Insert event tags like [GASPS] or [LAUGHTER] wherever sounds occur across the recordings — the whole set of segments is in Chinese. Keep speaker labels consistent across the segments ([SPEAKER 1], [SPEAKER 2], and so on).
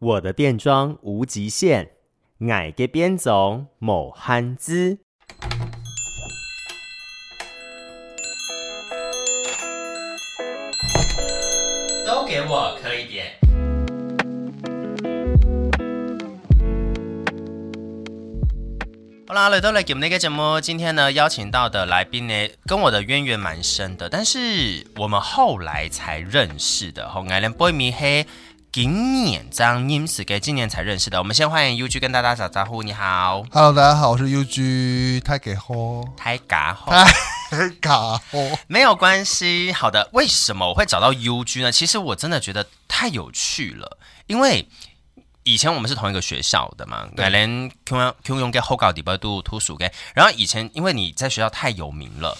[SPEAKER 1] 我的变装无极限，矮个边总某憨子。都给我磕一点。好啦，来到了我们的一个节目，今天呢邀请到的来宾呢，跟我的渊源蛮深的，但是我们后来才认识的。吼，爱人 boy 迷黑，今年张音是给今年才认识的。我们先欢迎 UG 跟大家打招呼，你好，
[SPEAKER 2] Hello，大家好，我是 UG，太给
[SPEAKER 1] [LAUGHS]
[SPEAKER 2] 吼，
[SPEAKER 1] 太嘎吼。
[SPEAKER 2] 太嘎吼，
[SPEAKER 1] 没有关系，好的。为什么我会找到 UG 呢？其实我真的觉得太有趣了，因为以前我们是同一个学校的嘛，
[SPEAKER 2] 对
[SPEAKER 1] 乃连 Q Q 用给后搞底部都突鼠给。然后以前因为你在学校太有名
[SPEAKER 2] [LAUGHS]
[SPEAKER 1] 了，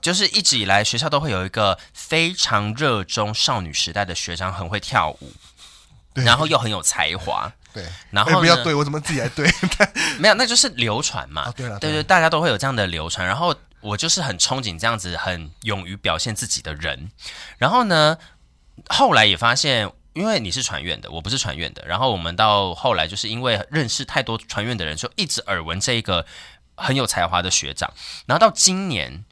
[SPEAKER 1] 就是一直以来学校都会有一个非常热衷少女时代的学长，很会跳舞，
[SPEAKER 2] 对
[SPEAKER 1] 然后又很有才华。
[SPEAKER 2] 对，
[SPEAKER 1] 然
[SPEAKER 2] 哎
[SPEAKER 1] 后
[SPEAKER 2] 不
[SPEAKER 1] 呢？
[SPEAKER 2] 要对我怎么自己来对？ [LAUGHS]
[SPEAKER 1] 没有，那就是流传嘛。
[SPEAKER 2] 啊对了
[SPEAKER 1] 对对，
[SPEAKER 2] 对
[SPEAKER 1] 大家都会有这样的流传。然后我就是很憧憬这样子很勇于表现自己的人。然后呢，后来也发现，因为你是传院的，我不是传院的。然后我们到后来就是因为认识太多传院的人，就一直耳闻这一个很有才华的学长。然后到今年，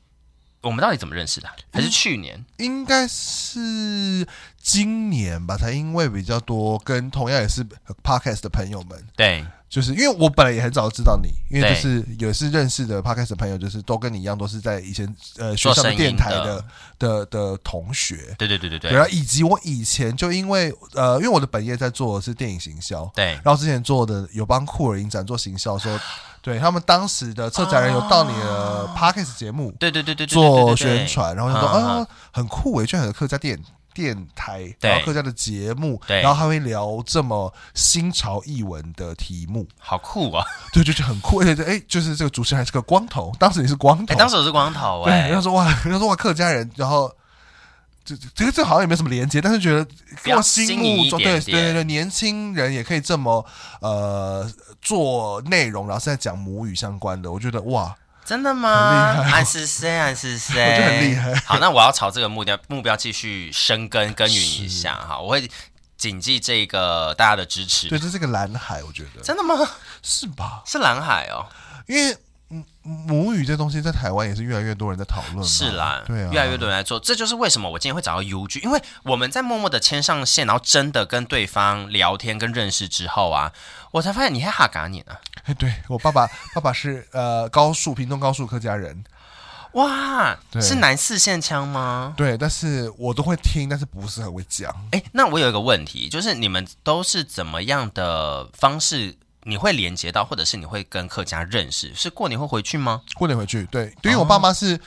[SPEAKER 1] 我们到底怎么认识的啊？还是去年？
[SPEAKER 2] 应该是今年吧，才因为比较多跟同样也是 Podcast 的朋友们，
[SPEAKER 1] 对
[SPEAKER 2] 就是因为我本来也很早知道你，因为
[SPEAKER 1] 对
[SPEAKER 2] 就是也是认识的 Podcast 的朋友，就是都跟你一样，都是在以前呃学
[SPEAKER 1] 做
[SPEAKER 2] 校的
[SPEAKER 1] 声
[SPEAKER 2] 电
[SPEAKER 1] 音
[SPEAKER 2] 台
[SPEAKER 1] 的
[SPEAKER 2] 的的的同学。
[SPEAKER 1] 对对对对
[SPEAKER 2] 对，然
[SPEAKER 1] 对
[SPEAKER 2] 后以及我以前就因为呃，因为我的本业在做的是电影行销，
[SPEAKER 1] 对
[SPEAKER 2] 然后之前做的有帮酷儿影展做行销的时
[SPEAKER 1] [GASPS]
[SPEAKER 2] 候，对他们当时的策展人有到你的 podcast 节目
[SPEAKER 1] 对对对啊对对
[SPEAKER 2] 做宣。传，然后就说
[SPEAKER 1] 嗯嗯
[SPEAKER 2] 啊很酷诶，居然有客家电电台，
[SPEAKER 1] 对
[SPEAKER 2] 然后客家的节目，
[SPEAKER 1] 对
[SPEAKER 2] 然后还会聊这么新潮译文的题目，
[SPEAKER 1] 好酷啊！
[SPEAKER 2] 对，就就很酷，而且哎，就是这个主持人还是个光头，当时你是光
[SPEAKER 1] 哎，
[SPEAKER 2] 头，
[SPEAKER 1] 当时我是光头
[SPEAKER 2] 对，
[SPEAKER 1] 哎
[SPEAKER 2] 然后，说哇，然后说哇客家人，然后。这这这个这好像也没什么连接，但是觉得
[SPEAKER 1] 比
[SPEAKER 2] 跟
[SPEAKER 1] 较
[SPEAKER 2] 我
[SPEAKER 1] 新
[SPEAKER 2] 心
[SPEAKER 1] 颖
[SPEAKER 2] 目
[SPEAKER 1] 一
[SPEAKER 2] 中
[SPEAKER 1] 点
[SPEAKER 2] 对对对
[SPEAKER 1] 点
[SPEAKER 2] 对，年轻人也可以这么呃做内容，然后是在讲母语相关的，我觉得哇，
[SPEAKER 1] 真的吗
[SPEAKER 2] 很厉害？哦
[SPEAKER 1] 俺是谁？俺是谁？
[SPEAKER 2] 我觉得很厉害。
[SPEAKER 1] 好，那我要朝这个目标目标继续深耕耕耘一下哈，我会谨记这个大家的支持
[SPEAKER 2] 对，。这是个蓝海，我觉得
[SPEAKER 1] 真的吗？
[SPEAKER 2] 是吧？
[SPEAKER 1] 是蓝海哦，
[SPEAKER 2] 因为嗯母语这东西在台湾也是越来越多人在讨论嘛，
[SPEAKER 1] 是啦，
[SPEAKER 2] 对啊，
[SPEAKER 1] 越来越多人来做，这就是为什么我今天会找到 UG，因为我们在默默的牵上线，然后真的跟对方聊天跟认识之后啊，我才发现你还哈嘎你呢，
[SPEAKER 2] 哎，对我爸爸爸爸是呃高速屏东高速客家人，
[SPEAKER 1] 哇，
[SPEAKER 2] 对
[SPEAKER 1] 是南四线腔吗？
[SPEAKER 2] 对，但是我都会听，但是不是很会讲。
[SPEAKER 1] 哎，那我有一个问题，就是你们都是怎么样的方式，你会连接到，或者是你会跟客家认识？是过年会回去吗？
[SPEAKER 2] 过年回去，对，对于我爸妈是。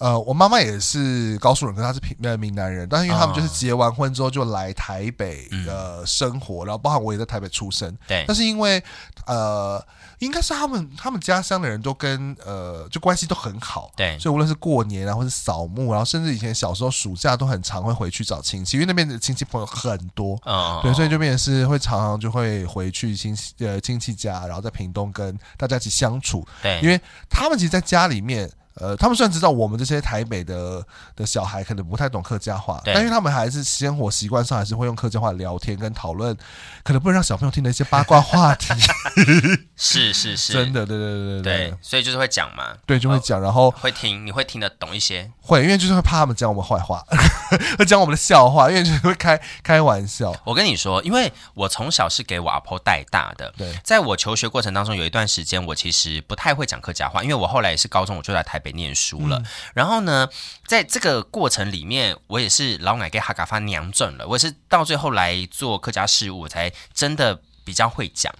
[SPEAKER 2] 呃，我妈妈也是高雄人，可是她是平呃闽南人，但是因为他们就是结完婚之后就来台北、呃生活，然后包含我也在台北出生，
[SPEAKER 1] 对
[SPEAKER 2] 但是因为呃应该是他们他们家乡的人都跟呃就关系都很好，
[SPEAKER 1] 对
[SPEAKER 2] 所以无论是过年啊，或是扫墓，然后甚至以前小时候暑假都很常会回去找亲戚，因为那边的亲戚朋友很多，
[SPEAKER 1] 嗯，
[SPEAKER 2] 对，所以就变成是会常常就会回去亲戚呃亲戚家，然后在屏东跟大家一起相处，
[SPEAKER 1] 嗯对，
[SPEAKER 2] 因为他们其实，在家里面，呃，他们虽然知道我们这些台北的的小孩可能不太懂客家话，
[SPEAKER 1] 对
[SPEAKER 2] 但因为他们还是生活习惯上还是会用客家话聊天跟讨论，可能不能让小朋友听的一些八卦话题， [LAUGHS]
[SPEAKER 1] 是是 [LAUGHS] 是，
[SPEAKER 2] 真的，对哦对对
[SPEAKER 1] 对
[SPEAKER 2] 对，
[SPEAKER 1] 所以就是会讲嘛，
[SPEAKER 2] 对，就会讲，然后
[SPEAKER 1] 会听，你会听得懂一些。
[SPEAKER 2] 会，因为就是会怕他们讲我们坏话， [LAUGHS] 会讲我们的笑话，因为就是会开开玩笑，
[SPEAKER 1] 我跟你说，因为我从小是给我阿婆带大的，
[SPEAKER 2] 对
[SPEAKER 1] 在我求学过程当中，有一段时间我其实不太会讲客家话，因为我后来也是高中我就来台北念书了。然后呢，在这个过程里面，我也是老奶给哈嘎发娘正了，我也是到最后来做客家事务，我才真的比较会讲。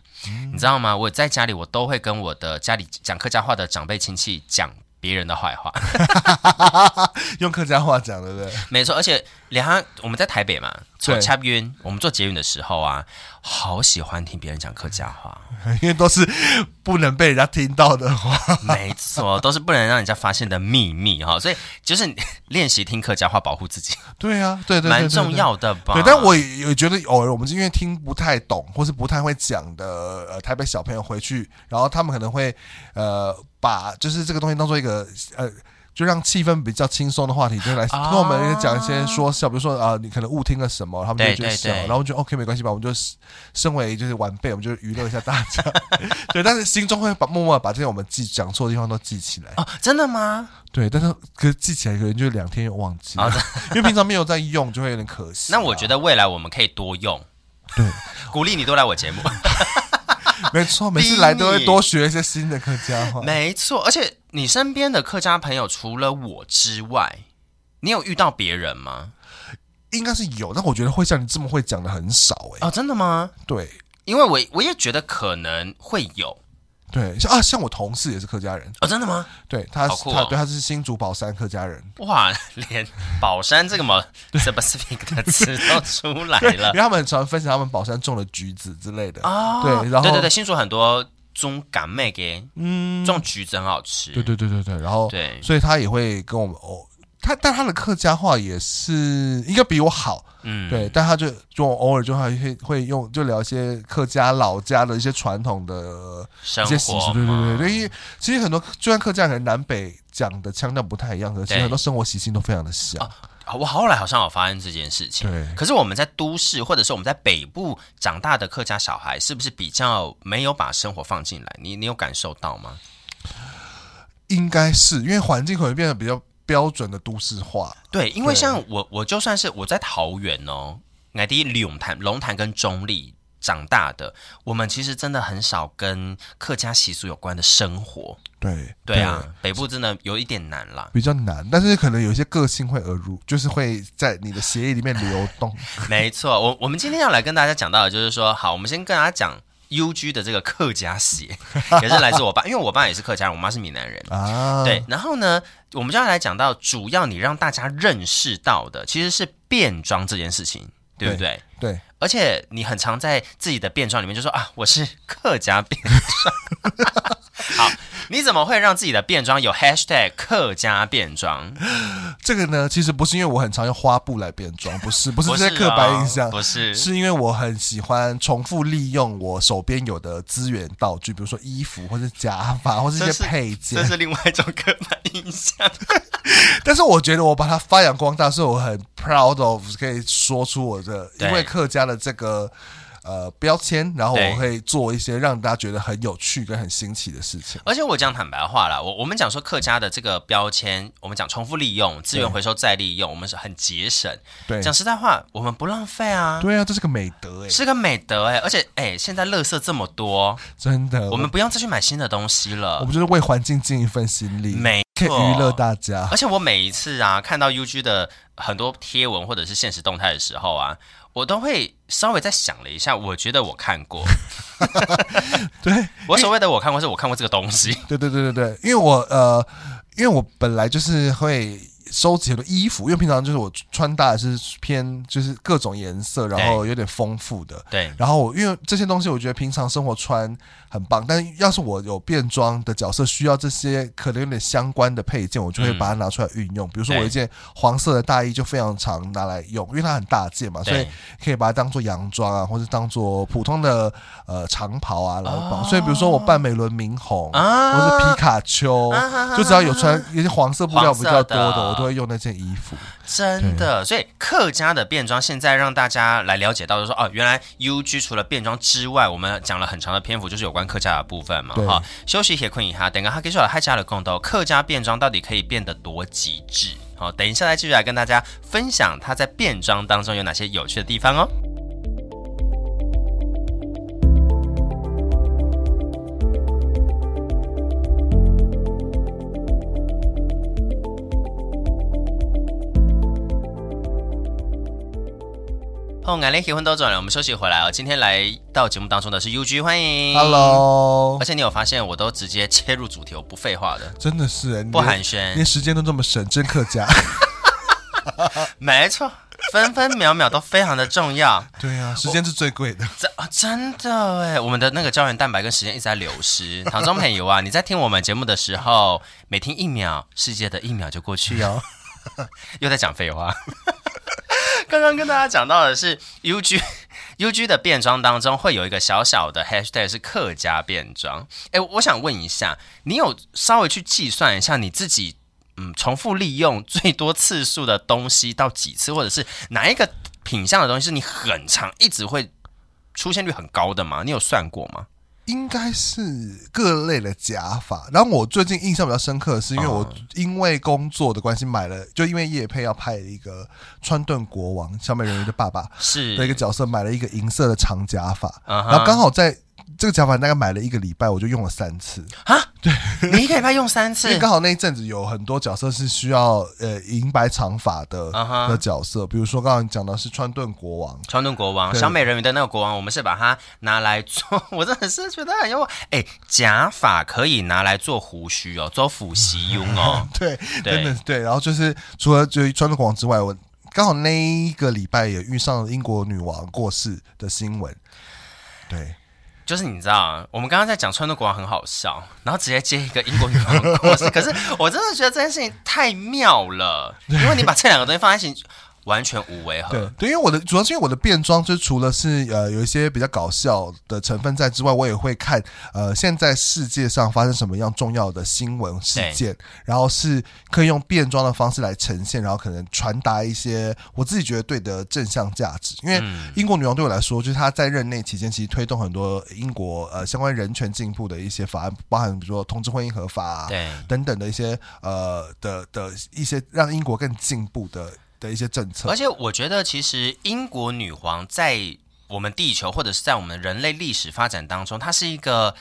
[SPEAKER 1] 你知道吗？我在家里我都会跟我的家里讲客家话的长辈亲戚讲别人的坏话。
[SPEAKER 2] 用客家话讲，对不对？
[SPEAKER 1] 没错，而且连他我们在台北嘛，从
[SPEAKER 2] 对
[SPEAKER 1] 掐晕，我们做捷运的时候啊，好喜欢听别人讲客家话， [LAUGHS]
[SPEAKER 2] 因为都是不能被人家听到的话，
[SPEAKER 1] 没错，都是不能让人家发现的秘密哈、所以就是练习听客家话，保护自己，
[SPEAKER 2] 对啊，对对对，
[SPEAKER 1] 蛮
[SPEAKER 2] 对
[SPEAKER 1] 重
[SPEAKER 2] 对
[SPEAKER 1] 要的吧？
[SPEAKER 2] 对，但我也也觉得偶尔我们是因为听不太懂或是不太会讲的呃台北小朋友回去，然后他们可能会呃把就是这个东西当做一个呃。就让气氛比较轻松的话题，就来
[SPEAKER 1] 啊
[SPEAKER 2] 跟我们讲一些说笑，比如说啊、呃你可能误听了什么，他们就
[SPEAKER 1] 对
[SPEAKER 2] 觉得
[SPEAKER 1] 对
[SPEAKER 2] 笑，
[SPEAKER 1] 对
[SPEAKER 2] 然后我觉得 OK 没关系吧，我们就是身为就是晚辈，我们就娱乐一 [LAUGHS] 下大家，对，但是心中会把默默地把这些我们记讲错的地方都记起来，
[SPEAKER 1] 哦，真的吗？
[SPEAKER 2] 对，但是可是记起来可能就两天又忘记了，
[SPEAKER 1] 啊
[SPEAKER 2] 因为平常没有在用，就会有点可惜
[SPEAKER 1] [LAUGHS]
[SPEAKER 2] 啊、
[SPEAKER 1] 那我觉得未来我们可以多用，
[SPEAKER 2] 对，
[SPEAKER 1] [LAUGHS] 鼓励你多来我
[SPEAKER 2] [LAUGHS]
[SPEAKER 1] 节目。
[SPEAKER 2] 没错，每
[SPEAKER 1] 逼
[SPEAKER 2] 次来都会
[SPEAKER 1] 你
[SPEAKER 2] 多学一些新的客家话。
[SPEAKER 1] 没错，而且你身边的客家朋友除了我之外，你有遇到别人吗？
[SPEAKER 2] 应该是有，但我觉得会像你这么会讲的很少哎、
[SPEAKER 1] 哦，真的吗？
[SPEAKER 2] 对
[SPEAKER 1] 因为我我也觉得可能会有。
[SPEAKER 2] 对，像啊，像我同事也是客家人，
[SPEAKER 1] 哦，真的吗？
[SPEAKER 2] 对他
[SPEAKER 1] 好
[SPEAKER 2] 是、
[SPEAKER 1] 酷哦
[SPEAKER 2] 他对他是新竹宝山客家人，
[SPEAKER 1] 哇，连宝山这个么 specific 的词都出来
[SPEAKER 2] 对，
[SPEAKER 1] 了
[SPEAKER 2] 因为他们很常分享他们宝山种的橘子之类的，
[SPEAKER 1] 啊！
[SPEAKER 2] 对 [LAUGHS] 然后
[SPEAKER 1] 对对对，新竹很多中港妹给
[SPEAKER 2] 嗯，
[SPEAKER 1] 种橘子很好吃，
[SPEAKER 2] 对对对对对，然后
[SPEAKER 1] 对
[SPEAKER 2] 所以他也会跟我们哦，他但他的客家话也是应该比我好，
[SPEAKER 1] 嗯，
[SPEAKER 2] 对，但他就就偶尔就还会会用就聊一些客家老家的一些传统的
[SPEAKER 1] 生
[SPEAKER 2] 一些习
[SPEAKER 1] 活
[SPEAKER 2] 俗，对对对
[SPEAKER 1] 嘛
[SPEAKER 2] 对，因为其实很多，就算客家人南北讲的腔调不太一样，可是其实
[SPEAKER 1] 对
[SPEAKER 2] 很多生活习性都非常的像。
[SPEAKER 1] 啊我后来好像有发现这件事情，
[SPEAKER 2] 对
[SPEAKER 1] 可是我们在都市或者是我们在北部长大的客家小孩，是不是比较没有把生活放进来？你你有感受到吗？
[SPEAKER 2] 应该是因为环境可能变得比较标准的都市化，
[SPEAKER 1] 对，因为
[SPEAKER 2] 对
[SPEAKER 1] 像我，我就算是我在桃园哦，乃第一龙潭、龙潭跟中立长大的，我们其实真的很少跟客家习俗有关的生活。
[SPEAKER 2] 对。
[SPEAKER 1] 对啊，，北部真的有一点难啦 [LAUGHS]
[SPEAKER 2] 比较难，但是可能有一些个性会而入，就是会在你的协议里面流
[SPEAKER 1] [LAUGHS]
[SPEAKER 2] 动。
[SPEAKER 1] 没错，我我们今天要来跟大家讲到的就是说，好，我们先跟大家讲 U G 的这个客家鞋， [LAUGHS] 也是来自我爸，因为我爸也是客家人，我妈是闽南人。
[SPEAKER 2] 啊，
[SPEAKER 1] 对，，然后呢，我们就要来讲到主要你让大家认识到的，其实是变装这件事情，对不对？
[SPEAKER 2] 对，
[SPEAKER 1] 而且你很常在自己的变装里面就说啊，我是客家变装。好，你怎么会让自己的变装有 hashtag 客家变装？
[SPEAKER 2] 这个呢，其实不是因为我很常用花布来变装，不是，不是
[SPEAKER 1] 不
[SPEAKER 2] 这
[SPEAKER 1] 是
[SPEAKER 2] 些刻板印象
[SPEAKER 1] 哦，不是
[SPEAKER 2] 是因为我很喜欢重复利用我手边有的资源道具，比如说衣服或者假发或是一
[SPEAKER 1] 这
[SPEAKER 2] 些
[SPEAKER 1] 是
[SPEAKER 2] 配件
[SPEAKER 1] 这。是另外一种刻板印
[SPEAKER 2] [LAUGHS]
[SPEAKER 1] 象。
[SPEAKER 2] 但是我觉得我把它发扬光大，是我很 proud of 可以说出我的，
[SPEAKER 1] 对
[SPEAKER 2] 因为客家的这个呃标签，然后
[SPEAKER 1] 对
[SPEAKER 2] 我会做一些让大家觉得很有趣跟很新奇的事情。
[SPEAKER 1] 而且我讲坦白话啦，我我们讲说客家的这个标签，我们讲重复利用、资源回收再利用，我们是很节省。
[SPEAKER 2] 对，
[SPEAKER 1] 讲实在话，我们不浪费啊，
[SPEAKER 2] 对啊，这是个美德哎、
[SPEAKER 1] 是个美德哎、而且哎、现在垃圾这么多，
[SPEAKER 2] 真的，
[SPEAKER 1] 我们不用再去买新的东西
[SPEAKER 2] 我
[SPEAKER 1] 了
[SPEAKER 2] 们。就是为环境尽一份心力，
[SPEAKER 1] 没
[SPEAKER 2] 可以
[SPEAKER 1] 错，
[SPEAKER 2] 娱乐大家。
[SPEAKER 1] 而且我每一次啊看到 UG 的很多贴文或者是现实动态的时候啊，我都会稍微再想了一下，我觉得我看过。
[SPEAKER 2] [LAUGHS]
[SPEAKER 1] [LAUGHS]
[SPEAKER 2] 对，
[SPEAKER 1] 我所谓的我看过，是我看过这个东
[SPEAKER 2] [LAUGHS]
[SPEAKER 1] 西。
[SPEAKER 2] 对对对对对，因为我呃，因为我本来就是会收集很多衣服，因为平常就是我穿搭也是偏就是各种颜色，然后有点丰富的。
[SPEAKER 1] 对，
[SPEAKER 2] 然后我因为这些东西，我觉得平常生活穿很棒，但是要是我有变装的角色需要这些可能有点相关的配件，我就会把它拿出来运用。比如说我
[SPEAKER 1] 对
[SPEAKER 2] 一件黄色的大衣就非常常拿来用，因为它很大件嘛，所以
[SPEAKER 1] 对
[SPEAKER 2] 可以把它当做洋装啊，或者当做普通的呃长袍啊来绑。
[SPEAKER 1] 哦
[SPEAKER 2] 所以比如说我扮美轮明宏，
[SPEAKER 1] 啊
[SPEAKER 2] 或是皮卡丘，
[SPEAKER 1] 啊啊啊
[SPEAKER 2] 就只要有穿一些黄色布料比较多
[SPEAKER 1] 黄色
[SPEAKER 2] 的，
[SPEAKER 1] 的
[SPEAKER 2] 我都会用那件衣服。
[SPEAKER 1] 真
[SPEAKER 2] 嗯
[SPEAKER 1] 的。所以客家的变装现在让大家来了解到，就说哦，原来 UG 除了变装之外，我们讲了很长的篇幅，就是有关客家的部分嘛。
[SPEAKER 2] 对
[SPEAKER 1] 哈，休息一下，困一下，等一下他跟说了，他加了共斗，客家变装到底可以变得多极致？好，等一下再继续来跟大家分享他在变装当中有哪些有趣的地方哦。后眼泪结婚都转了，我们休息回来哦。今天来到节目当中的是 UG，欢迎。
[SPEAKER 2] Hello，
[SPEAKER 1] 而且你有发现，我都直接切入主题，我不废话的，
[SPEAKER 2] 真的是欸你
[SPEAKER 1] 不
[SPEAKER 2] 连
[SPEAKER 1] 寒暄
[SPEAKER 2] 连。时间都这么省，真客家。
[SPEAKER 1] 没错，分分秒秒都非常的重 [LAUGHS] 要。
[SPEAKER 2] 对啊，时间是最贵的。
[SPEAKER 1] 真啊，真的哎，我们的那个胶原蛋白跟时间一直在流失。唐中朋友啊，你在听我们节目的时候，每听一秒，世界的一秒就过去哦。又在讲废话。 [LAUGHS] 刚刚跟大家讲到的是 UG UG 的变装当中会有一个小小的 hashtag 是客家变装。哎，我想问一下，你有稍微去计算一下你自己嗯重复利用最多次数的东西到几次，或者是哪一个品相的东西是你很长一直会出现率很高的吗？你有算过吗？
[SPEAKER 2] [LAUGHS] 应该是各类的假发。然后我最近印象比较深刻的是，因为
[SPEAKER 1] 啊
[SPEAKER 2] 我因为工作的关系买了，就因为叶佩要拍一个川顿国王小美人鱼的爸爸
[SPEAKER 1] 是
[SPEAKER 2] 的一个角色，买了一个银色的长假发，
[SPEAKER 1] 嗯哼
[SPEAKER 2] 然后刚好在这个假发大概买了一个礼拜，我就用了三次。
[SPEAKER 1] 啊，对， [LAUGHS] 你一个礼拜用三
[SPEAKER 2] 因为
[SPEAKER 1] 次，
[SPEAKER 2] 刚好那一阵子有很多角色是需要呃银白长发的、
[SPEAKER 1] 啊哈
[SPEAKER 2] 的角色，比如说刚刚讲到是川顿国王，
[SPEAKER 1] 川顿国王、
[SPEAKER 2] 对。
[SPEAKER 1] 小美人鱼的那个国王，我们是把它拿来做， [LAUGHS] 我真的是觉得很幽默。哎，假发可以拿来做胡须哦，做腐习用哦
[SPEAKER 2] [LAUGHS] 对，
[SPEAKER 1] 对
[SPEAKER 2] 真的是对。然后就是除了就是川顿国王之外，我刚好那一个礼拜也遇上了英国女王过世的新闻，对，
[SPEAKER 1] 就是你知道，我们刚刚在讲川顿国王很好笑，然后直接接一个英国女王的故
[SPEAKER 2] [LAUGHS]
[SPEAKER 1] 事。可是我真的觉得这件事情太妙了，因为你把这两个东西放在一起，完全无违
[SPEAKER 2] 对
[SPEAKER 1] 和。
[SPEAKER 2] 对，因为我的主要是因为我的变装，就是除了是呃有一些比较搞笑的成分在之外，我也会看呃现在世界上发生什么样重要的新闻事件，然后是可以用变装的方式来呈现，然后可能传达一些我自己觉得对的正向价值。因为英国女王对我来说，就是她在任内期间，其实推动很多英国呃相关人权进步的一些法案，包含比如说同志婚姻合法、啊，
[SPEAKER 1] 对
[SPEAKER 2] 等等的一些呃的的一些让英国更进步的的一些政策
[SPEAKER 1] 而。且我觉得，其实英国女皇在我们地球或者是在我们人类历史发展当中，她是一个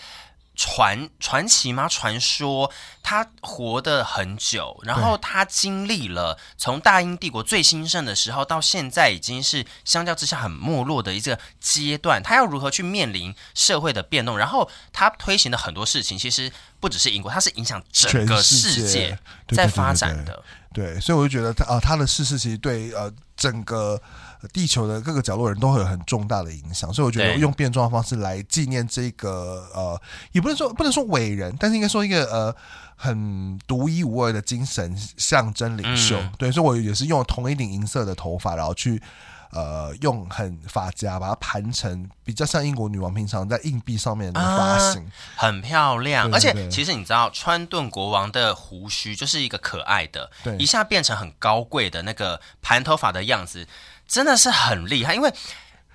[SPEAKER 1] 传传奇吗？传说，她活得很久，然后她经历了从大英帝国最兴盛的时候到现在，已经是相较之下很没落的一个阶段。她要如何去面临社会的变动？然后她推行的很多事情，其实不只是英国，它是影响整
[SPEAKER 2] 全
[SPEAKER 1] 个
[SPEAKER 2] 世
[SPEAKER 1] 世界
[SPEAKER 2] 界对
[SPEAKER 1] 在
[SPEAKER 2] 对对
[SPEAKER 1] 发
[SPEAKER 2] 对
[SPEAKER 1] 展
[SPEAKER 2] 对
[SPEAKER 1] 的。
[SPEAKER 2] 对，所以我就觉得他啊、他的逝世其实对呃整个呃地球的各个角落人都会有很重大的影响，所以我觉得
[SPEAKER 1] 对
[SPEAKER 2] 用变装的方式来纪念这个呃，也不能说不能说伟人，但是应该说一个呃很独一无二的精神象征领袖。
[SPEAKER 1] 嗯
[SPEAKER 2] 对，所以我也是用同一顶银色的头发，然后去。呃，用很发夹把它盘成比较像英国女王平常在硬币上面的发型，
[SPEAKER 1] 很漂亮，
[SPEAKER 2] 对
[SPEAKER 1] 而且
[SPEAKER 2] 对
[SPEAKER 1] 其实你知道，川顿国王的胡须就是一个可爱的，
[SPEAKER 2] 对
[SPEAKER 1] 一下变成很高贵的那个盘头发的样子，真的是很厉害。因为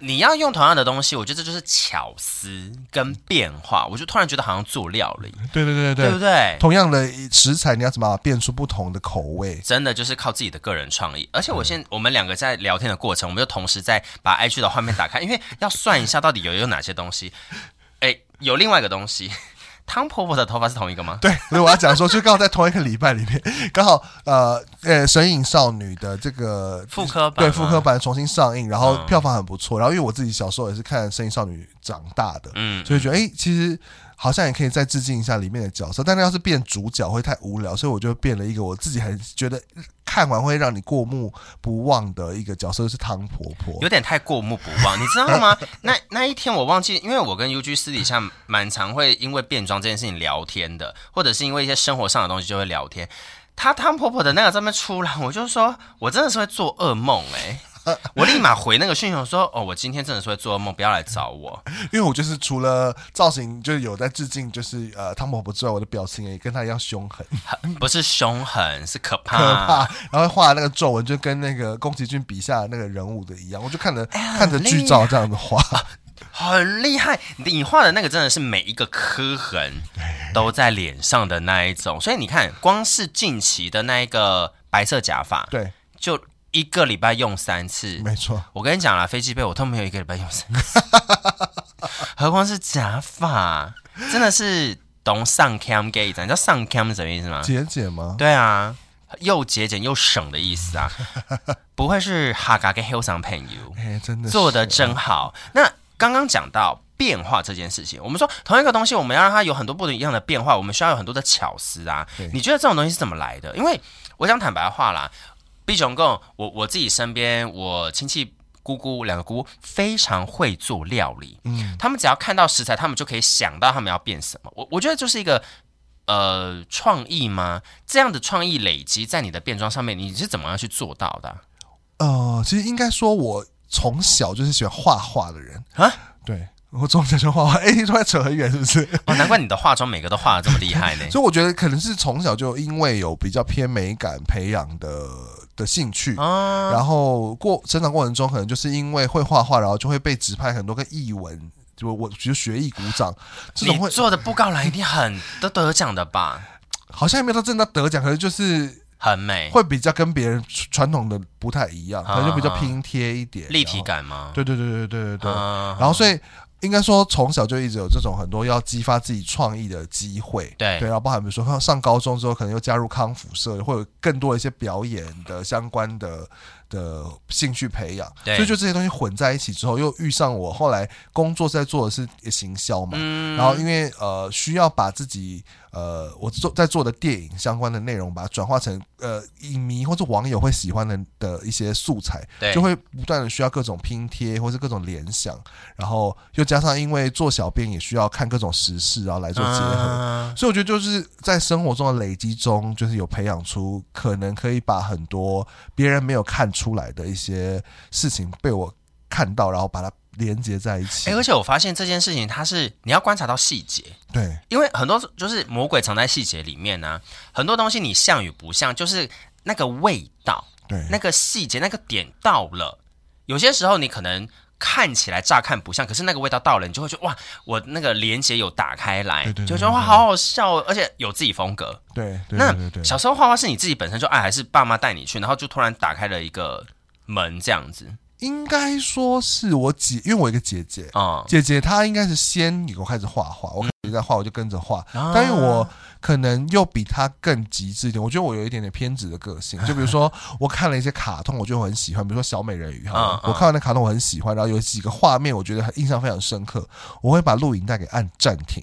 [SPEAKER 1] 你要用同样的东西，我觉得这就是巧思跟变化。我就突然觉得好像做料理，
[SPEAKER 2] [LAUGHS] 对对对
[SPEAKER 1] 对不对？
[SPEAKER 2] 同样的食材，你要怎么把它变出不同的口味？
[SPEAKER 1] 真的就是靠自己的个人创意，而且我现我们两个在聊天的过程，我们就同时在把 IG 的画面打开，因为要算一下到底有有哪些东西。哎，有另外一个东西，汤婆婆的头发是同一个吗？
[SPEAKER 2] 对， [LAUGHS] 所以我要讲说，就刚好在同一个礼拜里面， [LAUGHS] 刚好呃呃《神隐少女》的这个
[SPEAKER 1] 妇科版
[SPEAKER 2] 对
[SPEAKER 1] 吗
[SPEAKER 2] 复刻版重新上映，然后
[SPEAKER 1] 嗯
[SPEAKER 2] 票房很不错。然后因为我自己小时候也是看《神隐少女》长大的，
[SPEAKER 1] 嗯，
[SPEAKER 2] 所以觉得哎、诶其实好像也可以再致敬一下里面的角色，但是要是变主角会太无聊，所以我就变了一个我自己很觉得看完会让你过目不忘的一个角色，就是汤婆婆。
[SPEAKER 1] 有点太过目不忘，你知道
[SPEAKER 2] [LAUGHS]
[SPEAKER 1] 吗？那那一天我忘记，因为我跟 UG 私底下蛮常会因为变装这件事情聊天的，或者是因为一些生活上的东西就会聊天。她汤婆婆的那个上面出来，我就说我真的是会做噩梦
[SPEAKER 2] [LAUGHS]
[SPEAKER 1] 哎、我立马回那个讯息我说哦，我今天真的是会做噩梦，不要来找
[SPEAKER 2] [LAUGHS]
[SPEAKER 1] 我。
[SPEAKER 2] 因为我就是除了造型就是有在致敬，就是呃汤婆婆之外，我的表情也跟她一样凶狠。
[SPEAKER 1] 不是凶狠，是可怕。
[SPEAKER 2] 可 [LAUGHS] 怕，然后画那个皱纹就跟那个宫崎骏笔下的那个人物的一样，我就看着、
[SPEAKER 1] 哎很
[SPEAKER 2] 看着剧照这样子画，
[SPEAKER 1] 很厉害，你画的那个真的是每一个刻痕都在脸上的那一种，所以你看，光是近期的那一个白色假发，
[SPEAKER 2] 对，
[SPEAKER 1] 就一个礼拜用三次。
[SPEAKER 2] 没错，
[SPEAKER 1] 我跟你讲啦，飞机杯我都没有一个礼拜用三次，何况是假发，真的是懂上 cam gay，你知道上 cam 是什么意思吗？
[SPEAKER 2] 姐姐吗？
[SPEAKER 1] 对啊，又节俭又省的意思啊，不会是哈嘎跟 hill 上朋友。
[SPEAKER 2] 哎、真的是啊
[SPEAKER 1] 做的真好。那刚刚讲到变化这件事情，我们说同一个东西，我们要让它有很多不一样的变化，我们需要有很多的巧思啊
[SPEAKER 2] 对。
[SPEAKER 1] 你觉得这种东西是怎么来的？因为我讲坦白话啦，毕熊共我我自己身边，我亲戚姑姑两个姑姑非常会做料理，
[SPEAKER 2] 嗯，
[SPEAKER 1] 他们只要看到食材，他们就可以想到他们要变什么。我我觉得就是一个。呃，创意吗？这样的创意累积在你的变装上面，你是怎么样去做到的啊、
[SPEAKER 2] 呃，其实应该说我从小就是喜欢画画的人
[SPEAKER 1] 啊，
[SPEAKER 2] 对。我中学就画画，哎、欸，突然扯很远是不是？
[SPEAKER 1] 哦，难怪你的化妆每个都画的这么厉害呢。
[SPEAKER 2] 所以我觉得可能是从小就因为有比较偏美感培养的的兴趣，
[SPEAKER 1] 啊
[SPEAKER 2] 然后过成长过程中可能就是因为会画画，然后就会被指派很多个译文，就我比如学艺鼓掌这种
[SPEAKER 1] 你
[SPEAKER 2] 会，
[SPEAKER 1] 做的布告栏一定很都得奖的吧？
[SPEAKER 2] 好像也没有到真的得奖，可能就是
[SPEAKER 1] 很美，
[SPEAKER 2] 会比较跟别人传统的不太一样，可能就比较
[SPEAKER 1] 啊
[SPEAKER 2] 拼贴一点，
[SPEAKER 1] 立体
[SPEAKER 2] 然后。
[SPEAKER 1] 感吗？
[SPEAKER 2] 对对对对对对对。
[SPEAKER 1] 啊
[SPEAKER 2] 然后所以应该说从小就一直有这种很多要激发自己创意的机会，
[SPEAKER 1] 对
[SPEAKER 2] 对，然后包含比如说上高中之后，可能又加入康复社，会有更多一些表演的相关的的兴趣培养，
[SPEAKER 1] 对
[SPEAKER 2] 所以就这些东西混在一起之后，又遇上我后来工作是在做的是行销嘛，
[SPEAKER 1] 嗯
[SPEAKER 2] 然后因为呃需要把自己呃我做在做的电影相关的内容，把它转化成呃影迷或者网友会喜欢的的一些素材，
[SPEAKER 1] 对
[SPEAKER 2] 就会不断的需要各种拼贴或是各种联想，然后又加上因为做小编也需要看各种时事，然后来做结合。
[SPEAKER 1] 啊
[SPEAKER 2] 所以我觉得就是在生活中的累积中，就是有培养出可能可以把很多别人没有看出来的一些事情被我看到，然后把它连接在一起。
[SPEAKER 1] 哎、而且我发现这件事情，它是你要观察到细节，
[SPEAKER 2] 对，
[SPEAKER 1] 因为很多就是魔鬼藏在细节里面呢、很多东西你像与不像，就是那个味道、
[SPEAKER 2] 对，
[SPEAKER 1] 那个细节、那个点到了，有些时候你可能。看起来乍看不像，可是那个味道到了，你就会觉得哇，我那个连接有打开来，
[SPEAKER 2] 对对对
[SPEAKER 1] 就觉得哇，
[SPEAKER 2] 对对
[SPEAKER 1] 好好笑哦，而且有自己风格。
[SPEAKER 2] 对，对，
[SPEAKER 1] 那
[SPEAKER 2] 对对对。
[SPEAKER 1] 小时候画画是你自己本身就爱，还是爸妈带你去，然后就突然打开了一个门这样子？
[SPEAKER 2] 应该说是我姐，因为我有一个姐姐，
[SPEAKER 1] 哦、
[SPEAKER 2] 姐姐她应该是先我开始画画，我开始在画，我就跟着画。
[SPEAKER 1] 啊
[SPEAKER 2] 但是我可能又比她更极致一点，我觉得我有一点点偏执的个性。就比如说，我看了一些卡通，我就很喜欢，比如说小美人鱼哈，
[SPEAKER 1] 嗯嗯
[SPEAKER 2] 我看完那卡通我很喜欢，然后有几个画面我觉得很印象非常深刻，我会把录影带给按暂停，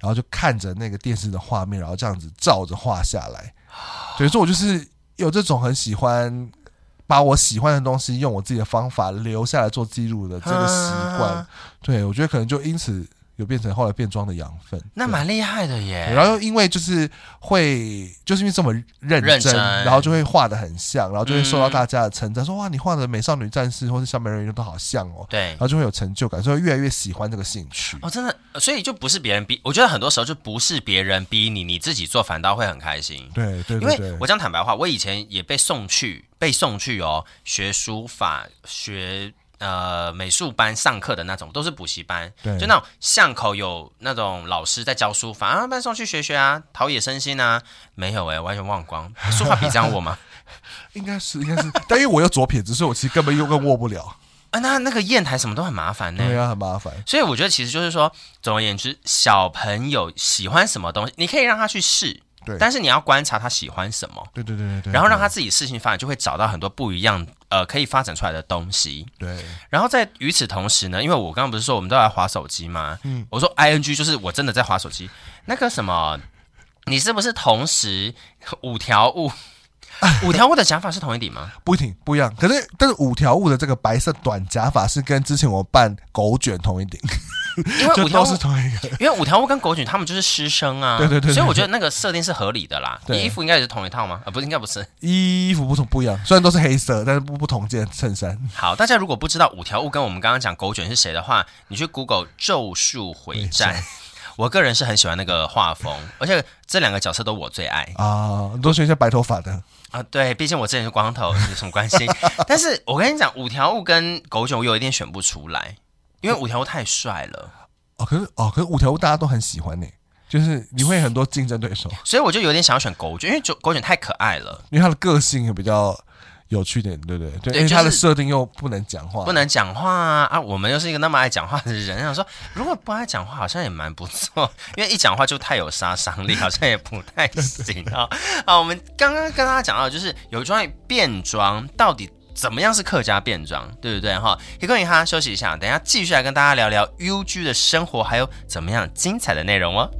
[SPEAKER 2] 然后就看着那个电视的画面，然后这样子照着画下来。对，所以我就是有这种很喜欢把我喜欢的东西用我自己的方法留下来做记录的这个习惯。
[SPEAKER 1] 啊
[SPEAKER 2] 对，我觉得可能就因此有变成后来变装的养分。
[SPEAKER 1] 那
[SPEAKER 2] 对
[SPEAKER 1] 蛮厉害的耶。
[SPEAKER 2] 然后又因为就是会，就是因为这么认真，
[SPEAKER 1] 认真嗯
[SPEAKER 2] 然后就会画的很像，然后就会受到大家的称赞，说哇，你画的美少女战士或是小美人鱼都好像哦，
[SPEAKER 1] 对
[SPEAKER 2] 然，后就会有成就感，所以越来越喜欢这个兴趣。
[SPEAKER 1] 哦，真的，所以就不是别人逼，我觉得很多时候就不是别人逼你，你自己做反倒会很开心。
[SPEAKER 2] 对对
[SPEAKER 1] 因
[SPEAKER 2] 对
[SPEAKER 1] 为
[SPEAKER 2] 对
[SPEAKER 1] 我，讲坦白话，我以前也被送去，被送去哦，学书法、学呃美术班上课的那种，都是补习班，
[SPEAKER 2] 对
[SPEAKER 1] 就那种巷口有那种老师在教书法啊，被送去学学啊，陶冶身心啊。没有哎、完全忘光，书法比上我
[SPEAKER 2] [LAUGHS]
[SPEAKER 1] 吗？
[SPEAKER 2] 应该是应该是，但因为我有左撇子，所以我其实根本又更握
[SPEAKER 1] [LAUGHS]
[SPEAKER 2] 不了，
[SPEAKER 1] 啊，那那个砚台什么都很麻烦呢、
[SPEAKER 2] 对啊，很麻烦。
[SPEAKER 1] 所以我觉得其实就是说，总而言之，小朋友喜欢什么东西，你可以让他去试，
[SPEAKER 2] 对
[SPEAKER 1] 但是你要观察他喜欢什么，
[SPEAKER 2] 对对对对对，
[SPEAKER 1] 然后让他自己事情发展，就会找到很多不一样呃可以发展出来的东西。
[SPEAKER 2] 对
[SPEAKER 1] 然后在与此同时呢，因为我刚刚不是说我们都在划手机吗？嗯，我说 I N G 就是我真的在划手机，那个什么，你是不是同时五条悟？五条悟的讲法是同一顶吗？
[SPEAKER 2] 不挺不一样。可是但是五条悟的这个白色短假发是跟之前我办狗卷同一顶，
[SPEAKER 1] 因为
[SPEAKER 2] [LAUGHS] 就
[SPEAKER 1] 五条
[SPEAKER 2] 都
[SPEAKER 1] 悟
[SPEAKER 2] 是同一个。
[SPEAKER 1] 因为五条悟跟狗卷他们就是师生啊，
[SPEAKER 2] 对对对对
[SPEAKER 1] 所以我觉得那个设定是合理的啦。
[SPEAKER 2] 对
[SPEAKER 1] 你衣服应该也是同一套吗？啊、不是，应该不是。
[SPEAKER 2] 衣服不同不一样，虽然都是黑色，但是不不同件衬衫。
[SPEAKER 1] 好，大家如果不知道五条悟跟我们刚刚讲狗卷是谁的话，你去 Google《咒术回战》
[SPEAKER 2] 回。
[SPEAKER 1] 我个人是很喜欢那个画风，而且这两个角色都我最爱
[SPEAKER 2] 啊，你都选一些白头发的，
[SPEAKER 1] 啊。对，毕竟我之前是光头，有什么关系？但是我跟你讲，五条悟跟狗卷我有一点选不出来，因为五条悟太帅了，
[SPEAKER 2] 哦，可是哦，可是五条悟大家都很喜欢呢、就是你会很多竞争
[SPEAKER 1] [LAUGHS]
[SPEAKER 2] 对手，
[SPEAKER 1] 所以我就有点想要选狗卷，因为狗狗卷太可爱了，
[SPEAKER 2] 因为他的个性也比较有趣一点，对不对？对，
[SPEAKER 1] 对
[SPEAKER 2] 因为他的
[SPEAKER 1] 就是
[SPEAKER 2] 设定又不能讲话，
[SPEAKER 1] 不能讲话啊！啊我们又是一个那么爱讲话的人，啊想说如果不爱讲话，好像也蛮不错， [LAUGHS] 因为一讲话就太有杀伤力，好像也不太行啊。 [LAUGHS] 啊，我们刚刚跟大家讲到，就是有关于变装到底。怎么样是客家变装，对不对哈？也恭喜哈，休息一下，等一下继续来跟大家聊聊 UG 的生活，还有怎么样精彩的内容哦。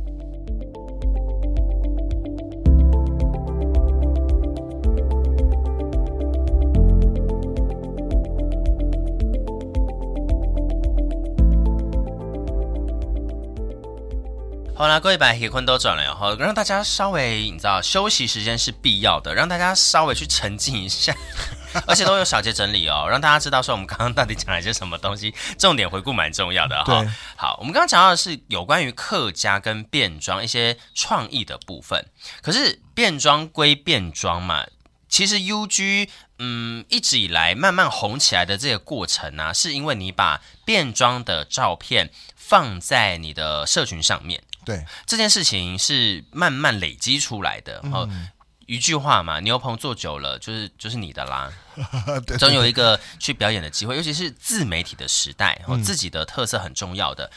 [SPEAKER 1] 好啦，各位把铁坤都转了以后，让大家稍微你知道休息时间是必要的，让大家稍微去沉浸一下。 [LAUGHS] 而且都有小节整理哦，让大家知道说我们刚刚到底讲了些什么东西，重点回顾蛮重要的哈、
[SPEAKER 2] 对
[SPEAKER 1] 好，我们刚刚讲到的是有关于客家跟变装一些创意的部分，可是变装归变装嘛，其实 UG 嗯一直以来慢慢红起来的这个过程呢、是因为你把变装的照片放在你的社群上面。 [LAUGHS]
[SPEAKER 2] 对，
[SPEAKER 1] 这件事情是慢慢累积出来的。
[SPEAKER 2] 嗯
[SPEAKER 1] 哦，一句话嘛，牛棚做久了，就是就是你的啦，
[SPEAKER 2] 对
[SPEAKER 1] 总有一
[SPEAKER 2] [LAUGHS]
[SPEAKER 1] 个去表演的机会。尤其是自媒体的时代，
[SPEAKER 2] 嗯
[SPEAKER 1] 哦，自己的特色很重要的。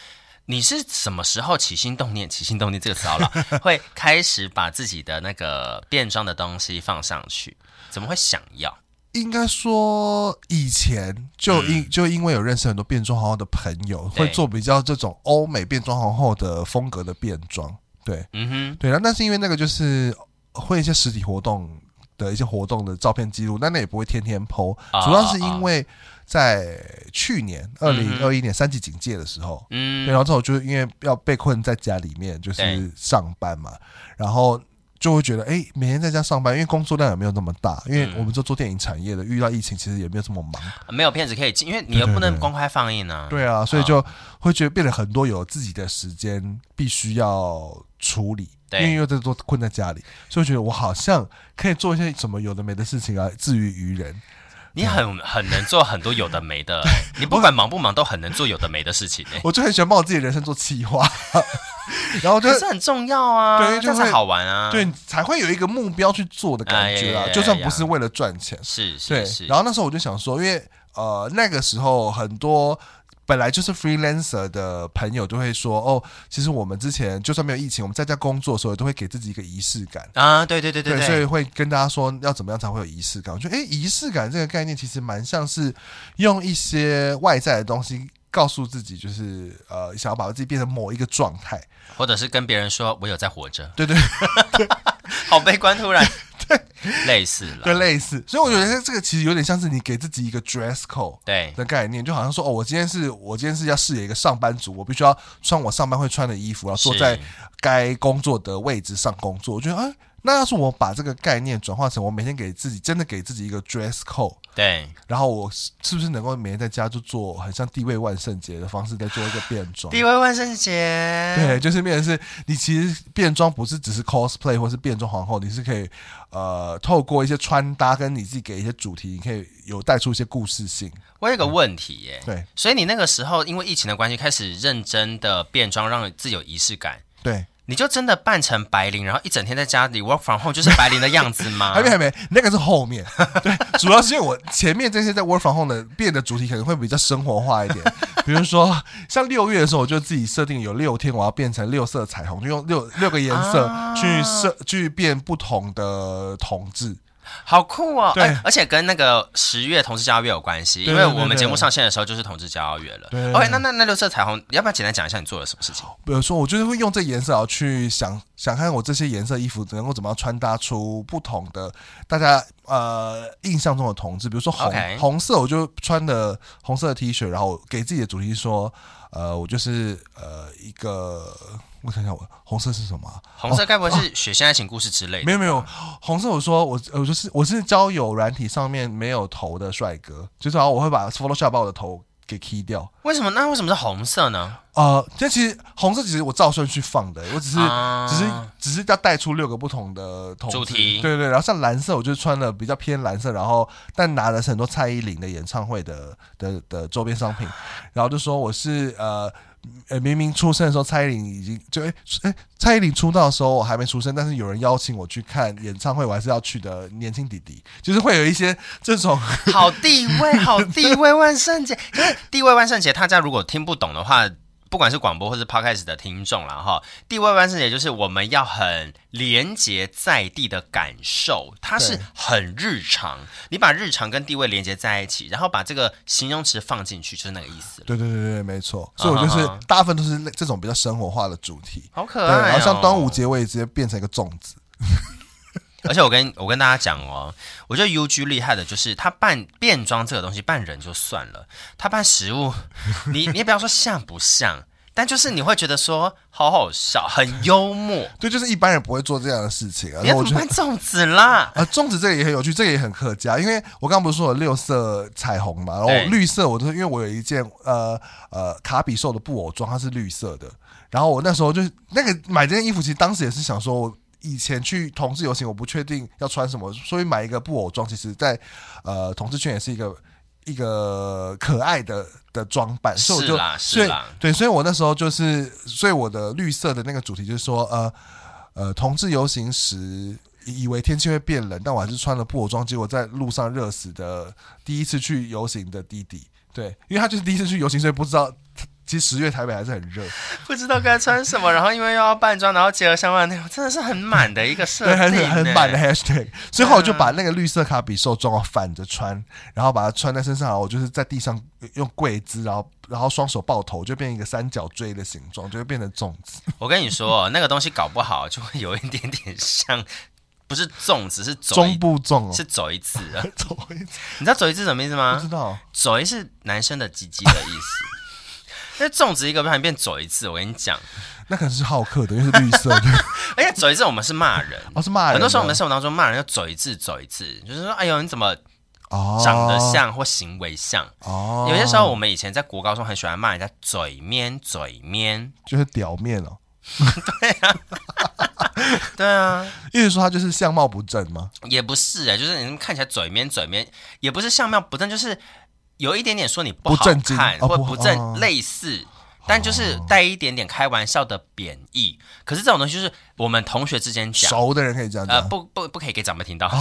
[SPEAKER 1] 你是什么时候起心动念？起心动念这个词好了，会开始把自己的那个变装的东西放上去，怎么会想要？
[SPEAKER 2] 应该说以前就因、就因为有认识很多变装皇后的朋友，
[SPEAKER 1] 嗯对
[SPEAKER 2] 会做比较这种欧美变装皇后的风格的变装，对
[SPEAKER 1] 嗯哼，
[SPEAKER 2] 对，然后但是因为那个就是会一些实体活动的一些活动的照片记录，但那也不会天天 PO，
[SPEAKER 1] 啊
[SPEAKER 2] 主要是因为在去年二零二一年三级警戒的时候，对，
[SPEAKER 1] 嗯，
[SPEAKER 2] 然后之后就是因为要被困在家里面，就
[SPEAKER 1] 对
[SPEAKER 2] 是上班嘛，然后就会觉得，哎，每天在家上班，因为工作量也没有那么大，因为
[SPEAKER 1] 嗯
[SPEAKER 2] 我们做做电影产业的，遇到疫情其实也没有这么忙，
[SPEAKER 1] 没有片子可以进，因为你又
[SPEAKER 2] 对对
[SPEAKER 1] 不能
[SPEAKER 2] 对
[SPEAKER 1] 公开放映啊。
[SPEAKER 2] 对啊，所以就会觉得变得很多有自己的时间必须要处理。因
[SPEAKER 1] 对
[SPEAKER 2] 为又在做困在家里，所以我觉得我好像可以做一些什么有的没的事情啊，至于于人。
[SPEAKER 1] 你很很能做很多有的没
[SPEAKER 2] [LAUGHS]
[SPEAKER 1] 的、欸你不管忙不忙都很能做有的没的事情、欸，
[SPEAKER 2] 我就很喜欢帮我自己的人生做企划， [LAUGHS] 然后就
[SPEAKER 1] 可是很重要啊，
[SPEAKER 2] 哦对就
[SPEAKER 1] 这样才
[SPEAKER 2] 会
[SPEAKER 1] 好玩啊，
[SPEAKER 2] 对，你才会有一个目标去做的感觉
[SPEAKER 1] 哎呀呀
[SPEAKER 2] 啊
[SPEAKER 1] 呀，
[SPEAKER 2] 就算不是为了赚钱，
[SPEAKER 1] 是是
[SPEAKER 2] 对
[SPEAKER 1] 是，，
[SPEAKER 2] 然后那时候我就想说，因为呃那个时候很多本来就是 freelancer 的朋友都会说，哦，其实我们之前就算没有疫情，我们在家工作的时候都会给自己一个仪式感。
[SPEAKER 1] 啊，对对对对
[SPEAKER 2] 所以会跟大家说要怎么样才会有仪式感。我觉得，诶，仪式感这个概念其实蛮像是用一些外在的东西告诉自己，就是呃，想要把自己变成某一个状态。
[SPEAKER 1] 或者是跟别人说我有在活着， [LAUGHS]
[SPEAKER 2] 对对，
[SPEAKER 1] 好悲观，突
[SPEAKER 2] [LAUGHS]
[SPEAKER 1] 然，类似
[SPEAKER 2] 对，
[SPEAKER 1] 了，
[SPEAKER 2] [LAUGHS] 类似。所以我觉得这个其实有点像是你给自己一个 dress code。
[SPEAKER 1] 对
[SPEAKER 2] 的概念，就好像说哦，我今天是我今天是要饰演一个上班族，我必须要穿我上班会穿的衣服，然后坐
[SPEAKER 1] 是
[SPEAKER 2] 在该工作的位置上工作。我觉得，哎，那要是我把这个概念转化成我每天给自己真的给自己一个 dress code，
[SPEAKER 1] 对，
[SPEAKER 2] 然后我是是不是能够每天在家就做很像地位万圣节的方式，在做一个变装？
[SPEAKER 1] 地位万圣节，
[SPEAKER 2] 对，就是变成是你其实变装不是只是 cosplay 或是变装皇后，你是可以呃透过一些穿搭跟你自己给一些主题，你可以有带出一些故事性。
[SPEAKER 1] 我有个问题耶、
[SPEAKER 2] 对
[SPEAKER 1] 所以你那个时候因为疫情的关系，开始认真的变装，让自己有仪式感。
[SPEAKER 2] 对，
[SPEAKER 1] 你就真的扮成白灵，然后一整天在家里 work from home，就是白灵的样子
[SPEAKER 2] [LAUGHS]
[SPEAKER 1] 吗？
[SPEAKER 2] 还没还没，那个是后面。 [LAUGHS] 对，主要是因为我前面这些在 work from home 的变的主题可能会比较生活化一点， [LAUGHS] 比如说像六月的时候，我就自己设定有六天我要变成六色彩虹，就用六六个颜色
[SPEAKER 1] 啊
[SPEAKER 2] 去设、去变不同的统治。
[SPEAKER 1] 好酷哦！
[SPEAKER 2] 对
[SPEAKER 1] 哎而且跟那个十月同志骄傲月有关系，因
[SPEAKER 2] 对
[SPEAKER 1] 为
[SPEAKER 2] 对对
[SPEAKER 1] 我们节目上线的时候就是同志骄傲月了。
[SPEAKER 2] 对对
[SPEAKER 1] OK，
[SPEAKER 2] 对
[SPEAKER 1] 那那那六色彩虹，要不要简单讲一下你做了什么事情？
[SPEAKER 2] 比呃如说，我就是会用这颜色啊去想想看我这些颜色衣服能够怎么样穿搭出不同的大家呃印象中的同志。比如说红
[SPEAKER 1] OK
[SPEAKER 2] 红色，我就穿的红色的 T 恤，然后给自己的主题说，呃，我就是呃一个，我想想我红色是什么啊、
[SPEAKER 1] 红色该不会是《血线爱情故事》之类
[SPEAKER 2] 没
[SPEAKER 1] 的？
[SPEAKER 2] 有没有，红色我说我呃我就是我是交友软体上面没有头的帅哥，就是然后我会把 Photoshop 把我的头给 key 掉。
[SPEAKER 1] 为什么？那为什么是红色呢？
[SPEAKER 2] 呃，这其实红色其实我照顺序放的，我只是、
[SPEAKER 1] 啊
[SPEAKER 2] 只是只是要带出六个不同的同
[SPEAKER 1] 主
[SPEAKER 2] 志
[SPEAKER 1] 题
[SPEAKER 2] 对对。然后像蓝色，我就穿了比较偏蓝色，然后但拿的是很多蔡依林的演唱会的的的周边商品，然后就说我是呃。呃，明明出生的时候，蔡依林已经就哎哎，蔡依林出道的时候我还没出生，但是有人邀请我去看演唱会，我还是要去的。年轻弟弟就是会有一些这种 [LAUGHS]
[SPEAKER 1] [LAUGHS] 好地位，好地位，万圣节。可是地位万圣节，大家如果听不懂的话，不管是广播或是 podcast 的听众啦，哈，地位万圣节就是我们要很连接在地的感受，它是很日常。你把日常跟地位连接在一起，然后把这个形容词放进去，就是那个意思了。
[SPEAKER 2] 对对对对，没错。所以我就是
[SPEAKER 1] 啊哈哈
[SPEAKER 2] 大部分都是类这种比较生活化的主题。
[SPEAKER 1] 好可
[SPEAKER 2] 对，
[SPEAKER 1] 爱、哦
[SPEAKER 2] 然后像端午，节，我也直接变成一个粽子。
[SPEAKER 1] 而且我跟我跟大家讲哦，我觉得 UG 厉害的就是他扮变装这个东西，扮人就算了，他扮食物，你你也不要说像不像，但就是你会觉得说好好笑，很幽默。
[SPEAKER 2] 对，就是一般人不会做这样的事情啊。
[SPEAKER 1] 你
[SPEAKER 2] 然
[SPEAKER 1] 要
[SPEAKER 2] 后我
[SPEAKER 1] 怎
[SPEAKER 2] 觉
[SPEAKER 1] 么办
[SPEAKER 2] 得
[SPEAKER 1] 粽子啦？ [LAUGHS]
[SPEAKER 2] 啊，粽子这个也很有趣，这个也很客家，因为我刚刚不是说有六色彩虹嘛，然后
[SPEAKER 1] 对
[SPEAKER 2] 绿色我都是因为我有一件呃呃卡比兽的布偶装，它是绿色的，然后我那时候就是那个买这件衣服，其实当时也是想说我。以前去同志游行，我不确定要穿什么，所以买一个布偶装，其实在呃同志圈也是一个一个可爱的的装扮，所以我
[SPEAKER 1] 是
[SPEAKER 2] 就
[SPEAKER 1] 啦，
[SPEAKER 2] 所
[SPEAKER 1] 是
[SPEAKER 2] 以
[SPEAKER 1] 啦，
[SPEAKER 2] 对，所以我那时候就是，所以我的绿色的那个主题就是说，呃呃，同志游行时以为天气会变冷，但我还是穿了布偶装，结果在路上热死的第一次去游行的弟弟。对，因为他就是第一次去游行，所以不知道。其实十月台北还是很热，
[SPEAKER 1] 不知道该穿什么，然后因为又要扮装，然后结合相关的内容，真的是很满的一个设
[SPEAKER 2] [LAUGHS] 对，
[SPEAKER 1] 定，
[SPEAKER 2] 还是很满的
[SPEAKER 1] 欸。
[SPEAKER 2] hashtag。所以后来我就把那个绿色卡比兽装反着穿，然后把它穿在身上，然后我就是在地上用跪姿，然后然后双手抱头，就变一个三角锥的形状，就会变成粽子。
[SPEAKER 1] [LAUGHS] 我跟你说，哦那个东西搞不好就会有一点点像，不是粽子，是走
[SPEAKER 2] 中
[SPEAKER 1] 一，
[SPEAKER 2] 部粽哦，
[SPEAKER 1] 是走一次 [LAUGHS] 啊。
[SPEAKER 2] 中部粽
[SPEAKER 1] 你知道走一次什么意思
[SPEAKER 2] 不知
[SPEAKER 1] 吗？
[SPEAKER 2] 道。
[SPEAKER 1] 走一次男生的鸡鸡的意思。 [LAUGHS] 那粽子一个不小心变走一次，我跟你讲，
[SPEAKER 2] 那可能是好客的，因为是绿色的，
[SPEAKER 1] [LAUGHS] 而且走一次我们是骂人，
[SPEAKER 2] 哦，是骂人的。
[SPEAKER 1] 很多时候我们生活当中骂人要走一次走一次，就是说哎呦你怎么
[SPEAKER 2] 哦
[SPEAKER 1] 长得像或行为像。
[SPEAKER 2] 哦，
[SPEAKER 1] 有些时候我们以前在国高中很喜欢骂人家嘴面嘴面，
[SPEAKER 2] 就是屌面哦，
[SPEAKER 1] 对啊，
[SPEAKER 2] 意思说他就是相貌不正吗？
[SPEAKER 1] 也不是哎、就是你们看起来嘴面嘴面，也不是相貌不正，就是有一点点说你不
[SPEAKER 2] 不
[SPEAKER 1] 好
[SPEAKER 2] 正经
[SPEAKER 1] 看
[SPEAKER 2] 哦
[SPEAKER 1] 或
[SPEAKER 2] 不
[SPEAKER 1] 不正、
[SPEAKER 2] 哦
[SPEAKER 1] 类似。但就是带一点点开玩笑的贬义，可是这种东西就是我们同学之间讲，
[SPEAKER 2] 熟的哦人可以这样
[SPEAKER 1] 呃，
[SPEAKER 2] 讲，
[SPEAKER 1] 不不不可以给长辈听到。 [LAUGHS]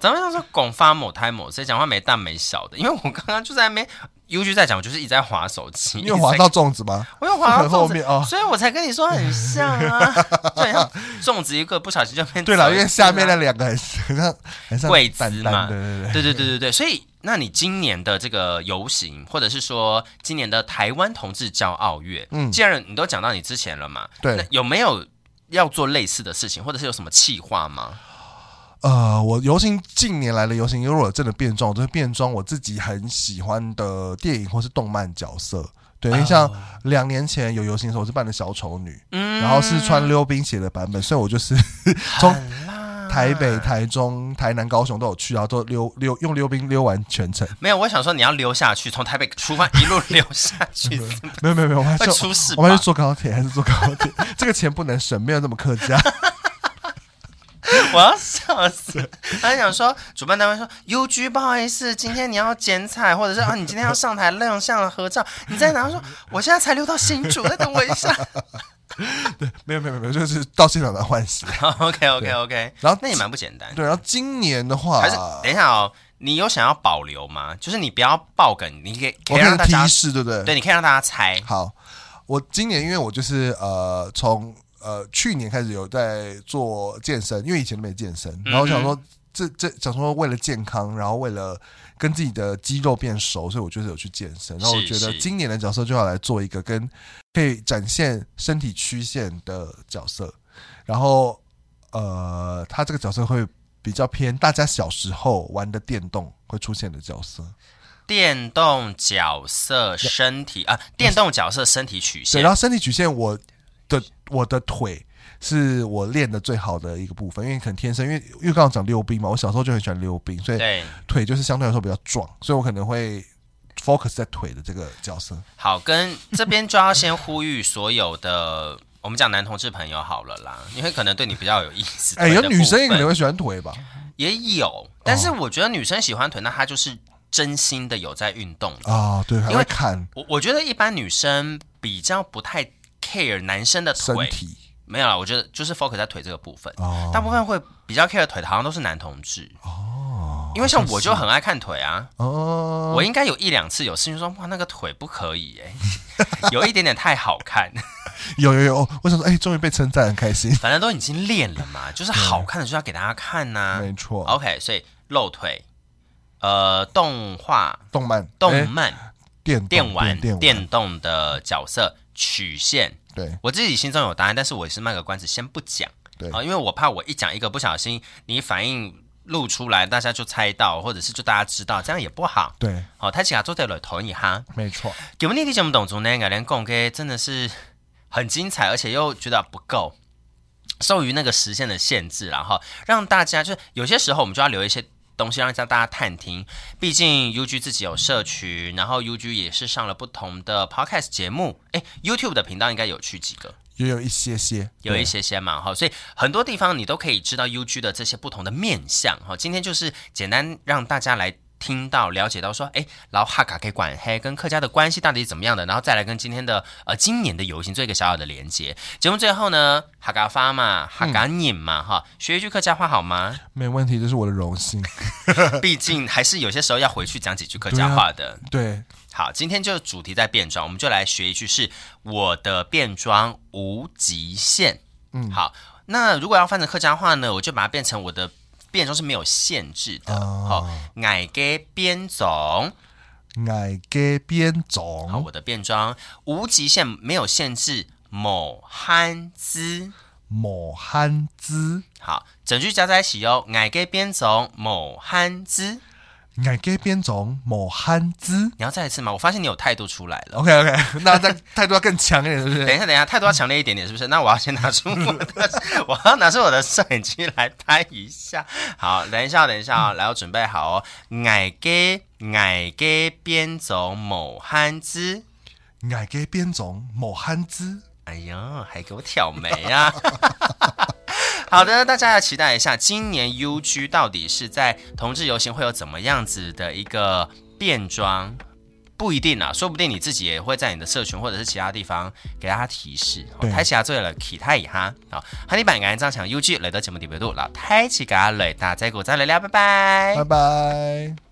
[SPEAKER 1] 长辈常说“拱发某胎某谁”，讲话没大没小的。因为我刚刚就在那边，U G 在讲，我就是一直在划手机，
[SPEAKER 2] [LAUGHS] 你有
[SPEAKER 1] 一直在
[SPEAKER 2] 滑到粽子吗？
[SPEAKER 1] [LAUGHS] 我有滑到
[SPEAKER 2] 很后
[SPEAKER 1] 粽子
[SPEAKER 2] 面哦
[SPEAKER 1] 所以我才跟你说很像
[SPEAKER 2] [LAUGHS]
[SPEAKER 1] 啊，就很像粽子一个不小心就变
[SPEAKER 2] 对
[SPEAKER 1] 粽
[SPEAKER 2] 了，因
[SPEAKER 1] 子
[SPEAKER 2] 为下面那两个很很像很像
[SPEAKER 1] 贵
[SPEAKER 2] 蛋
[SPEAKER 1] 子
[SPEAKER 2] 蛋
[SPEAKER 1] 嘛
[SPEAKER 2] 对
[SPEAKER 1] 对对
[SPEAKER 2] 对对。
[SPEAKER 1] 对对对，所以那你今年的这个游行，或者是说今年的台湾同志骄傲月，
[SPEAKER 2] 嗯
[SPEAKER 1] 嗯，既然你都讲到你之前了嘛，
[SPEAKER 2] 对
[SPEAKER 1] 那有没有要做类似的事情，或者是有什么计划吗？
[SPEAKER 2] 呃，我游行近年来的游行，因为我真的变装，我就会变装我自己很喜欢的电影或是动漫角色。对，
[SPEAKER 1] 哦
[SPEAKER 2] 因为像两年前有游行的时候，我是扮的小丑女，
[SPEAKER 1] 嗯
[SPEAKER 2] 然后是穿溜冰鞋的版本，所以我就是 [LAUGHS] 从
[SPEAKER 1] 很辣
[SPEAKER 2] 台北、台中、台南、高雄都有去，然后都溜溜用溜冰溜完全
[SPEAKER 1] [LAUGHS]
[SPEAKER 2] 程。
[SPEAKER 1] 没有，我想说你要溜下去，从台北出发一路溜下
[SPEAKER 2] [LAUGHS]
[SPEAKER 1] 去，
[SPEAKER 2] 没有没有没有，我还
[SPEAKER 1] 会
[SPEAKER 2] 是
[SPEAKER 1] 出事
[SPEAKER 2] 我还
[SPEAKER 1] 吧
[SPEAKER 2] 是？坐高铁，还是坐高
[SPEAKER 1] [LAUGHS]
[SPEAKER 2] 铁。这个钱不能省，没有这么客家。 [LAUGHS]
[SPEAKER 1] 我要笑死！他想说，主办单位说，U G 不好意思，今天你要剪彩，或者是啊，你今天要上台亮相合照，你在哪？他说我现在才溜到新竹，再等我一
[SPEAKER 2] [LAUGHS]
[SPEAKER 1] 下。 [LAUGHS]
[SPEAKER 2] 没有没有没有没有，就是到现场来换鞋。
[SPEAKER 1] OK OK OK，
[SPEAKER 2] 然后
[SPEAKER 1] 那也蛮不简单。
[SPEAKER 2] 对，然后今年的话，
[SPEAKER 1] 还是等一下哦，你有想要保留吗？就是你不要爆梗，你可以可
[SPEAKER 2] 我
[SPEAKER 1] 以
[SPEAKER 2] 可
[SPEAKER 1] 让
[SPEAKER 2] 以
[SPEAKER 1] 大家
[SPEAKER 2] 提示，对不对？
[SPEAKER 1] 对，你可以让大家猜。
[SPEAKER 2] 好，我今年因为我就是呃从呃去年开始有在做健身，因为以前都没健身，然后我
[SPEAKER 1] 嗯
[SPEAKER 2] 想说这这想说为了健康，然后为了跟自己的肌肉变熟，所以我就是有去健身。然后我
[SPEAKER 1] 是
[SPEAKER 2] 觉得
[SPEAKER 1] 是
[SPEAKER 2] 今年的角色就要来做一个跟可以展现身体曲线的角色，然后呃，他这个角色会。比较偏大家小时候玩的电动会出现的角色，
[SPEAKER 1] 电动角色身体啊，电动角色身体曲
[SPEAKER 2] 对，
[SPEAKER 1] 线
[SPEAKER 2] 然。后身体曲线，我的我的腿是我练的最好的一个部分，因为可能天生，因为因为刚刚讲溜冰嘛，我小时候就很喜欢溜冰，所以
[SPEAKER 1] 对，
[SPEAKER 2] 腿就是相对来说比较壮，所以我可能会 focus 在腿的这个角色。
[SPEAKER 1] 好，跟这边就要先呼吁所有的，我们讲男同志朋友好了啦，因为可能对你比较有意思。
[SPEAKER 2] 哎，
[SPEAKER 1] 对
[SPEAKER 2] 有
[SPEAKER 1] 的
[SPEAKER 2] 女生也
[SPEAKER 1] 部分
[SPEAKER 2] 可能会哦喜欢腿吧？
[SPEAKER 1] 也有，但是我觉得女生喜欢腿，那她就是真心的有在运动。
[SPEAKER 2] 啊，对，还
[SPEAKER 1] 因
[SPEAKER 2] 会
[SPEAKER 1] 为
[SPEAKER 2] 看
[SPEAKER 1] 我我觉得一般女生比较不太 care 男生的
[SPEAKER 2] 身
[SPEAKER 1] 腿，
[SPEAKER 2] 体
[SPEAKER 1] 没有啦，我觉得就是 focus 在腿这个部分，
[SPEAKER 2] 哦
[SPEAKER 1] 大部分会比较 care 腿的，好像都是男同志哦，因为像我就很爱看腿啊，
[SPEAKER 2] 哦，
[SPEAKER 1] 我应该有一两次有事情说哇那个腿不可以哎、 [LAUGHS] 有一点点太好看，
[SPEAKER 2] 有有有，我想说，哎，终于被称赞，很
[SPEAKER 1] [LAUGHS]
[SPEAKER 2] 开心。
[SPEAKER 1] 反正都已经练了嘛，就是好看的就要给大家看呐、
[SPEAKER 2] 没错，
[SPEAKER 1] OK，所以露腿，呃，动画、
[SPEAKER 2] 动漫、哎
[SPEAKER 1] 动漫、
[SPEAKER 2] 电动
[SPEAKER 1] 电玩、
[SPEAKER 2] 哦电玩，
[SPEAKER 1] 电动的角色曲线，
[SPEAKER 2] 对
[SPEAKER 1] 我自己心中有答案，但是我也是卖个关子，先不讲。
[SPEAKER 2] 对
[SPEAKER 1] 啊，因为我怕我一讲一个不小心，你反应露出来，大家就猜到，或者是就大家知道，这样也不好。
[SPEAKER 2] 对，
[SPEAKER 1] 好、哦，他其实做在了头一哈。
[SPEAKER 2] 没错，
[SPEAKER 1] 给我们那天节目董主呢，改良贡给真的是很精彩，而且又觉得不够。受于那个时限的限制，然后让大家就是有些时候我们就要留一些东西让大家探听，毕竟 UG 自己有社群，然后 UG 也是上了不同的 podcast 节目，哎，YouTube 的频道应该有去几个。
[SPEAKER 2] 也有一些些，
[SPEAKER 1] 有一些些嘛哈，所以很多地方你都可以知道 UG 的这些不同的面相哈。今天就是简单让大家来听到、了解到说，哎，老哈嘎给管黑跟客家的关系到底是怎么样的，然后再来跟今天的呃今年的游行做一个小小的连接。节目最后呢，哈嘎发嘛，哈嘎念嘛哈，学一句客家话好吗？
[SPEAKER 2] 没问题，这是我的荣幸。
[SPEAKER 1] 毕竟还是有些时候要回去讲几句客家话的。
[SPEAKER 2] 对。
[SPEAKER 1] 好，今天就主题在变装，我们就来学一句是“我的变装无极限”。嗯，好，那如果要翻成客家话呢，我就把它变成我的变装是没有限制
[SPEAKER 2] 啊
[SPEAKER 1] 的。好、哦，矮给边总，
[SPEAKER 2] 矮给边总。
[SPEAKER 1] 好，我的变装无极限，没有限制。某憨子，
[SPEAKER 2] 某憨子。
[SPEAKER 1] 好，整句加在一起哟、哦，矮给边总某憨子。
[SPEAKER 2] 矮给边种某憨子，
[SPEAKER 1] 你要再一次吗？我发现你有态度出来了。
[SPEAKER 2] OK OK，那再态度要更强一点，是不是？
[SPEAKER 1] 等一下，等一下，态度要强烈一点点，是不是？那我要先拿出我的，我要拿出我的摄影机来拍一下。好，等一下，等一下、哦，来，我准备好哦。矮给矮给边种某憨子，
[SPEAKER 2] 矮给边种某憨子。
[SPEAKER 1] 哎呀，还给我挑眉啊！ [LAUGHS] 好的，大家要期待一下，今年 UG 到底是在同志游行会有怎么样子的一个变装？不一定啊，说不定你自己也会在你的社群或者是其他地方给大家提示。太起啊，醉了，起太一哈。好，哈尼版感恩张强 UG 来到节目底部度，老太起嘎来，大家再给我再来聊，拜拜，
[SPEAKER 2] 拜拜。